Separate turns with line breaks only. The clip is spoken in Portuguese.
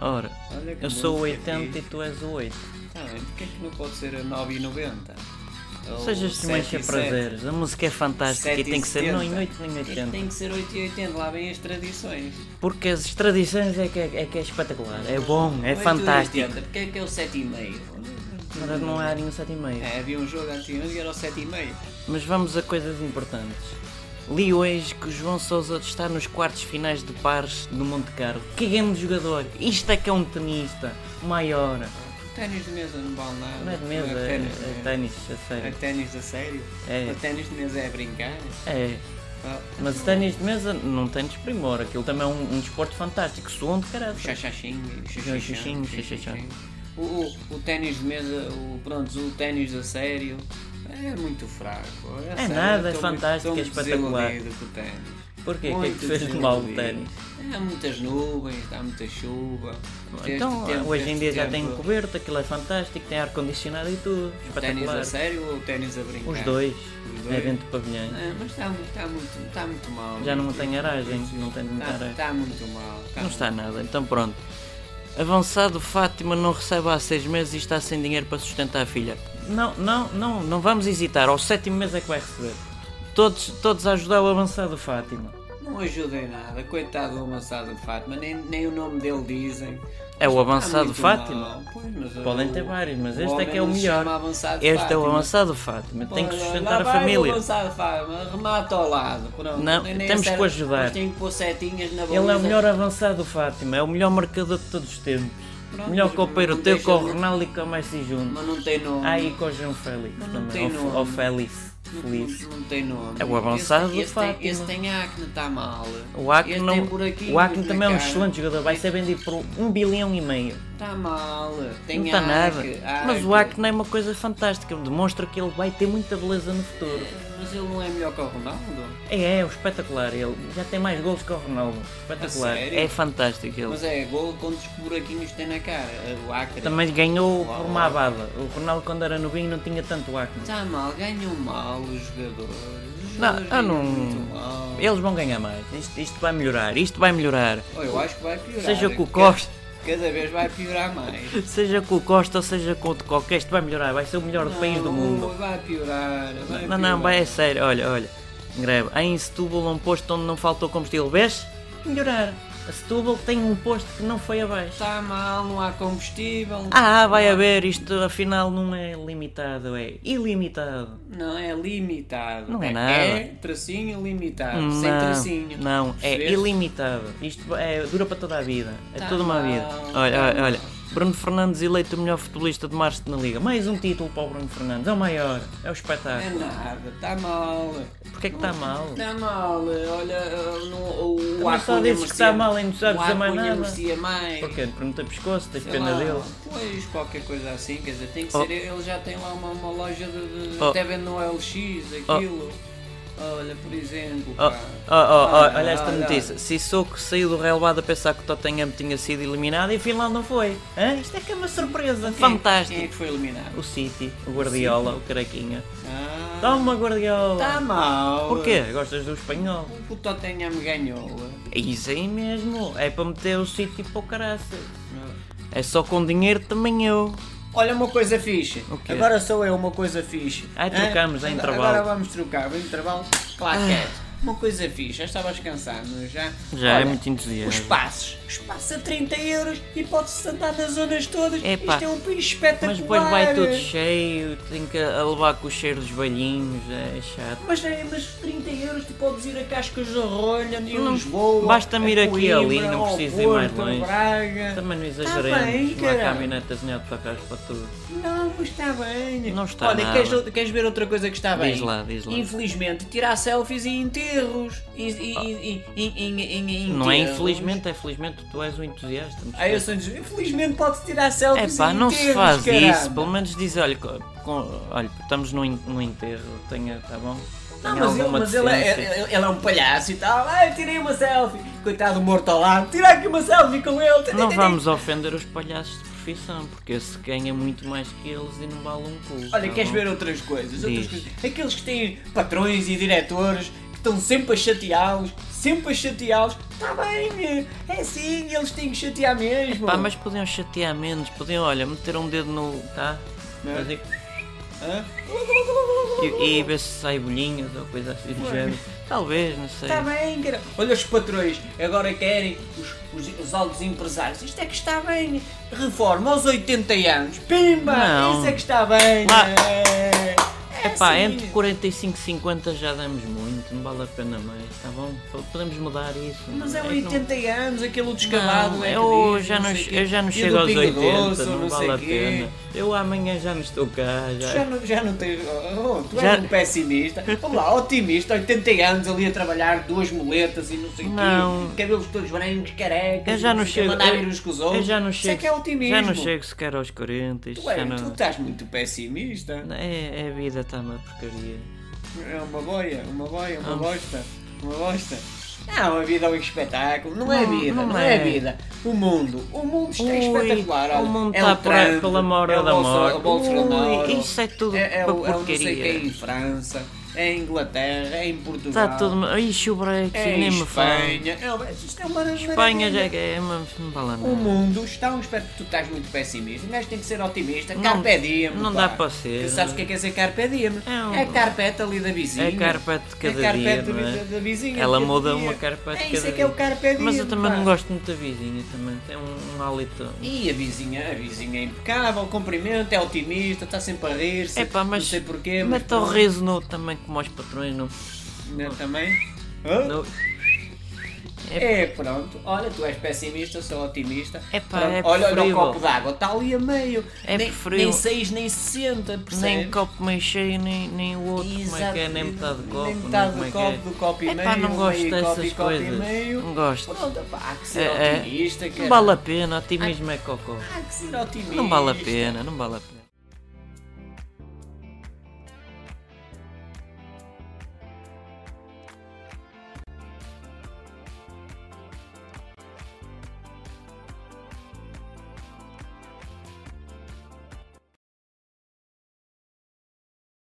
Ora,
Olha que
eu sou o
música
80 e
fixe.
tu és o 8.
Tá bem, porque é que não pode ser a 9 e 90? Ou
Sejas de mais
7 e 7?
prazeres. A música é fantástica e
Sete e
tem que ser não em
setenta.
8 nem em
Tem,
80.
tem que ser 8 e 80, lá vêm as tradições.
Porque as tradições é que é, é que é espetacular. É bom, é
8 e
fantástico.
80, Porque é que é o 7,5?
Mas não há nenhum 7,5.
É, havia um jogo antigamente que era o 7,5.
Mas vamos a coisas importantes. Li hoje que o João Sousa está nos quartos finais de pares do Monte Carlo. Que grande jogador! Isto é que é um tenista maior.
Ténis de mesa não vale nada.
Não é de mesa, é,
ténis de
é
mesa.
ténis, a
É
sério.
ténis a sério?
É.
O ténis de mesa é brincar?
É,
Ah,
mas o ténis de mesa não tem desprimor. Aquilo também é um, um desporto fantástico, segundo caralho.
Xaxaxim,
Xaxaxim, xaxaxim.
O, o, o ténis de mesa, o, pronto, o ténis a sério é muito fraco. É, sério,
nada, é
estou
fantástico,
muito,
é espetacular.
estou muito desiludido com o ténis.
Porquê? O que é
Muito
que fez de mal o
desiludido.
ténis?
Há muitas nuvens, há muita chuva. Este
Então,
tempo-
hoje em
este
dia já
tempo-
tem coberta, aquilo é fantástico, tem ar-condicionado e tudo.
Ténis
Espetacular.
a sério ou ténis a brincar?
Os dois,
Os
é
dois.
dentro do pavilhão.
Ah, mas está muito, está muito, está muito mal.
Já não tem aragem, não tem muita
Está,
aragem.
está muito mal. tá
Não está nada, então pronto. Avançado, Fátima não recebe há seis meses e está sem dinheiro para sustentar a filha. Não, não, não, não vamos hesitar, ao sétimo mês é que vai receber. Todos, todos a ajudar o avançado Fátima.
Não ajuda em nada, coitado do avançado Fátima, nem, nem o nome dele dizem.
É o
Está
avançado
muito
Fátima?
mal. Pois, mas
Podem
o-
ter vários, mas
o
este é
homem
que é o
não se
melhor.
chama avançado
Este é o
Fátima.
avançado Fátima, tem que
Olha,
sustentar
lá
a
vai
família.
O avançado Fátima, remata ao lado. Pronto.
Não, temos que o ajudar.
Tem que pôr setinhas na
Ele é
baliza.
o melhor avançado Fátima, é o melhor marcador de todos os tempos.
Pronto,
melhor
mas
copeiro
não
teu
deixa
com o
de-
Ronaldo e com o Messi junto.
Mas não tem nome.
Ah, e com o João Félix
Mas não
também,
tem
ou, F-
nome.
ou Félix.
Não-
Feliz.
Não, não tem nome.
É o avançado
Esse, esse,
Fátima.
tem, esse tem acne, está mal.
O Acne,
Esse
não,
tem buraquinhos
o Acne
na
também é um
cara.
excelente jogador, vai ser vendido por um bilhão e meio.
Está mal. Tem
não está nada.
acne, acne.
Mas o Acne é uma coisa fantástica, demonstra que ele vai ter muita beleza no futuro.
Mas ele não é melhor que o Ronaldo?
É, é, o espetacular, ele já tem mais gols que o Ronaldo. Espetacular,
A sério?
é fantástico ele.
Mas é gol quantos buraquinhos tem um é na cara? O Acre.
Também ganhou por uma
Uau.
abada. O Ronaldo quando era novinho não tinha tanto Acne.
Está Tá mal, ganham mal os jogadores. Os
Não,
jogadores
eu
ganham
não-
Muito mal.
Eles vão ganhar mais, isto, isto vai melhorar, isto vai melhorar.
Oh, eu acho que vai piorar.
Seja com o
Ca-
Costa.
Cada vez vai piorar mais.
Seja com o Costa, seja com o de qualquer, isto vai melhorar, vai ser o melhor país do
Não,
mundo.
Vai piorar. Vai
Não,
piorar.
não, vai é sério, olha, olha. Greve, há em Setúbal um posto onde não faltou combustível, vês? Melhorar. A Setúbal tem um posto que não foi abaixo.
Está Tá mal, não há combustível.
Ah, vai
Não há-
haver, isto afinal não é limitado, é ilimitado.
Não, é limitado.
Não é
É
nada.
tracinho limitado.
não,
Ah, Sem tracinho.
não, é
Percebeste?
ilimitado. Isto é, dura para toda a vida, é
Tá
toda uma
mal,
vida.
tá
Olha, olha,
mal.
olha. Bruno Fernandes eleito o melhor futebolista de março na Liga. Mais um título para o Bruno Fernandes, é o maior, é o
É
espetáculo.
nada, está mal.
Porquê é que está mal?
Está é mal, olha, uh, no, o- o
Também só
Acunha
dizes que está
merecia-
mal e não sabes
o
dizer mais
Acunha
nada.
merecia mais.
Porquê? Pergunta pescoço, tens
é. Sei
é pena
lá,
dele.
Pois, qualquer coisa assim, quer dizer, tem que
Oh.
ser. Ele já tem lá uma, uma loja de. de
Oh.
Até vende no LX, aquilo. Olha, por exemplo.
Oh,
pá.
oh, oh, oh,
Ah,
olha esta
olha.
notícia. Sissoko saiu do Real Madrid a pensar que o Tottenham tinha sido eliminado e afinal não foi. Hã? Isto é que é uma surpresa.
Quem é-
Fantástico.
Quem é que foi eliminado?
O City, o Guardiola, o Caraquinha.
Ah,
Toma, Guardiola.
Está mal.
Porquê? Gostas do espanhol?
O Tottenham ganhou.
É isso aí mesmo. É para meter o City para o caraças. É só com dinheiro também eu.
Olha uma coisa fixe.
O quê?
Agora sou eu uma coisa fixe.
Ai,
Hã?
trocamos, é
Agora-
intervalo. Ah.
Agora vamos trocar, vamos intervalo. Claquete. Uma coisa fixe, já estavas cansado, não é? já.
Já é
Olha,
muito
Os
entusiasmo.
passos. Os passos a 30 euros e pode-se andar nas zonas todas.
Epá.
Isto é um país espetacular.
Mas depois vai tudo cheio, tem que a levar com o cheiro dos velhinhos, é chato.
Mas, é, mas 30 euros tu podes ir a Cascas da Rolha, em
Não,
Lisboa.
basta-me ir
a
aqui e ali,
Coimbra,
não
ao
preciso ir mais
Porto, a
longe.
Braga.
Também não
Tá bem,
exageremos, não há
caralho.
caminhonetas nem autocarros para tudo.
Não, mas está bem.
Não está
Olha,
nada.
Queres, outra- queres ver outra coisa que está bem?
Diz lá, diz lá.
Infelizmente, tirar selfies em enterros. Em, em- em- em- em- em- em
Não é
enterros.
infelizmente, é felizmente, tu és um entusiasta. mas-
Ah, eu sou des- Infelizmente pode-se tirar selfies
Epá,
em
não
enterros,
se faz
caramba.
isso, pelo menos diz, olha, co- com- olha estamos num, en- num enterro, tenha, tá bom? Tenha
Não, mas, ele,
alguma
mas ele, é,
decência.
ele- ele é um palhaço e tal. Ah, eu tirei uma selfie. Coitado morto ao lado. Tira aqui uma selfie com ele.
Não vamos ofender os palhaços de profissão, porque esse ganha muito mais que eles e não vale um cu.
Olha,
tá
queres
bom?
ver outras coisas?
Diz.
outras coisas? Aqueles que têm patrões e diretores que estão sempre a chateá-los, sempre a chateá-los. Está bem, é assim, eles têm que chatear mesmo.
Pá, mas podiam chatear menos, podiam, olha, meter um dedo no. tá?
Não é?
Fazer-
Hã?
E, e ver se sai bolhinhas ou coisa assim do
Ué.
género. Talvez, não sei.
Está Tá bem, cara. Olha os patrões, agora querem os, os, os altos empresários. Isto é que está bem. Reforma aos 80 anos. Pimba!
Não.
Isso é que está bem.
Lá-
É, é
Epá,
assim.
entre 45 e 50 já damos muito, não vale a pena mais, tá bom? P- Podemos mudar isso.
Mas é
que não-
80 anos, aquele descabado.
Não,
é que
eu,
diz,
já não,
sei quê.
eu já não
E
chego
do
aos
Pingo
80,
Doce,
não,
sei
vale a
quê.
pena. Eu amanhã já não estou cá,
Tu
já.
Já não, já não tens. Oh, tu
Já-
és um pessimista. Olha lá, otimista, 80 anos ali a trabalhar, duas moletas e não sei o
Não.
quê. Cabelos todos brancos, carecas.
Eu já não
sei o quê,
chego.
Mandar
eu-
vir uns com os
eu
outros.
já não
Isso é
chego.
que é otimismo.
Já não chego sequer aos 40. isto
Tu, é,
já não-
tu estás muito pessimista.
É, é a vida, está uma porcaria.
É uma boia, uma boia, uma bosta. Uma bosta. Não, a vida é um espetáculo. Não, é
Não,
vida, não,
não
é.
é.
vida. O mundo, o mundo está
Ui,
espetacular. olha.
o mundo
é
está
o Trump,
pela mora
é o
da
Bolso-
morte.
o Bolsonaro.
Ui, isso é tudo
É, é,
uma
o, é o não sei
porcaria.
quem em França, é em Inglaterra, é em Portugal.
Está Tá tudo. Ixi, o Brexit,
é em
nem me fala.
Espanha. É, o- isto é uma
Espanha
maravilha.
já é uma. Não vale
O
nada.
mundo está um espetáculo. Tu estás muito pessimista. Mas tem que ser otimista.
Não-
Carpe diem.
não
pá.
dá para ser.
Tu sabes o que é que é ser carpe diem?
É um-
É a carpeta ali da vizinha.
É a carpete de cada
É a carpete
dia,
da
não
vi-
é?
da vizinha.
Ela
de cada
muda
dia.
uma carpete
É
de
isso
cada
é que é o
dia.
carpe diem.
Mas eu também
pá.
não gosto muito da vizinha também. Tem um, um hálito.
E a vizinha, a vizinha é impecável, cumprimenta, é otimista, está sempre a rir-se.
É pá, mas.
Não sei porquê, mas.
Mete o
pronto.
riso no, também como aos patrões. No,
Né, Também. Hã?
no-
É pronto, olha, tu és pessimista, eu sou otimista.
É pá,
Pronto,
é
olha, olha o
preferível.
copo d'água, está ali a meio.
É
nem,
preferível.
nem 6, nem 60, percebes?
nem copo meio cheio, nem, nem o outro. Como é que é? Nem metade do copo.
Nem
não,
metade
como
do
é que
copo,
é?
do copo e
É
meio. um
pá, não gosto
meio copo e
dessas
copo e
coisas.
meio.
Não gosto.
Pronto, pá, há que ser
É, é.
otimista,
Não
cara.
vale a pena, otimismo é cocó.
Há que ser otimista.
Não vale a pena, não vale a pena.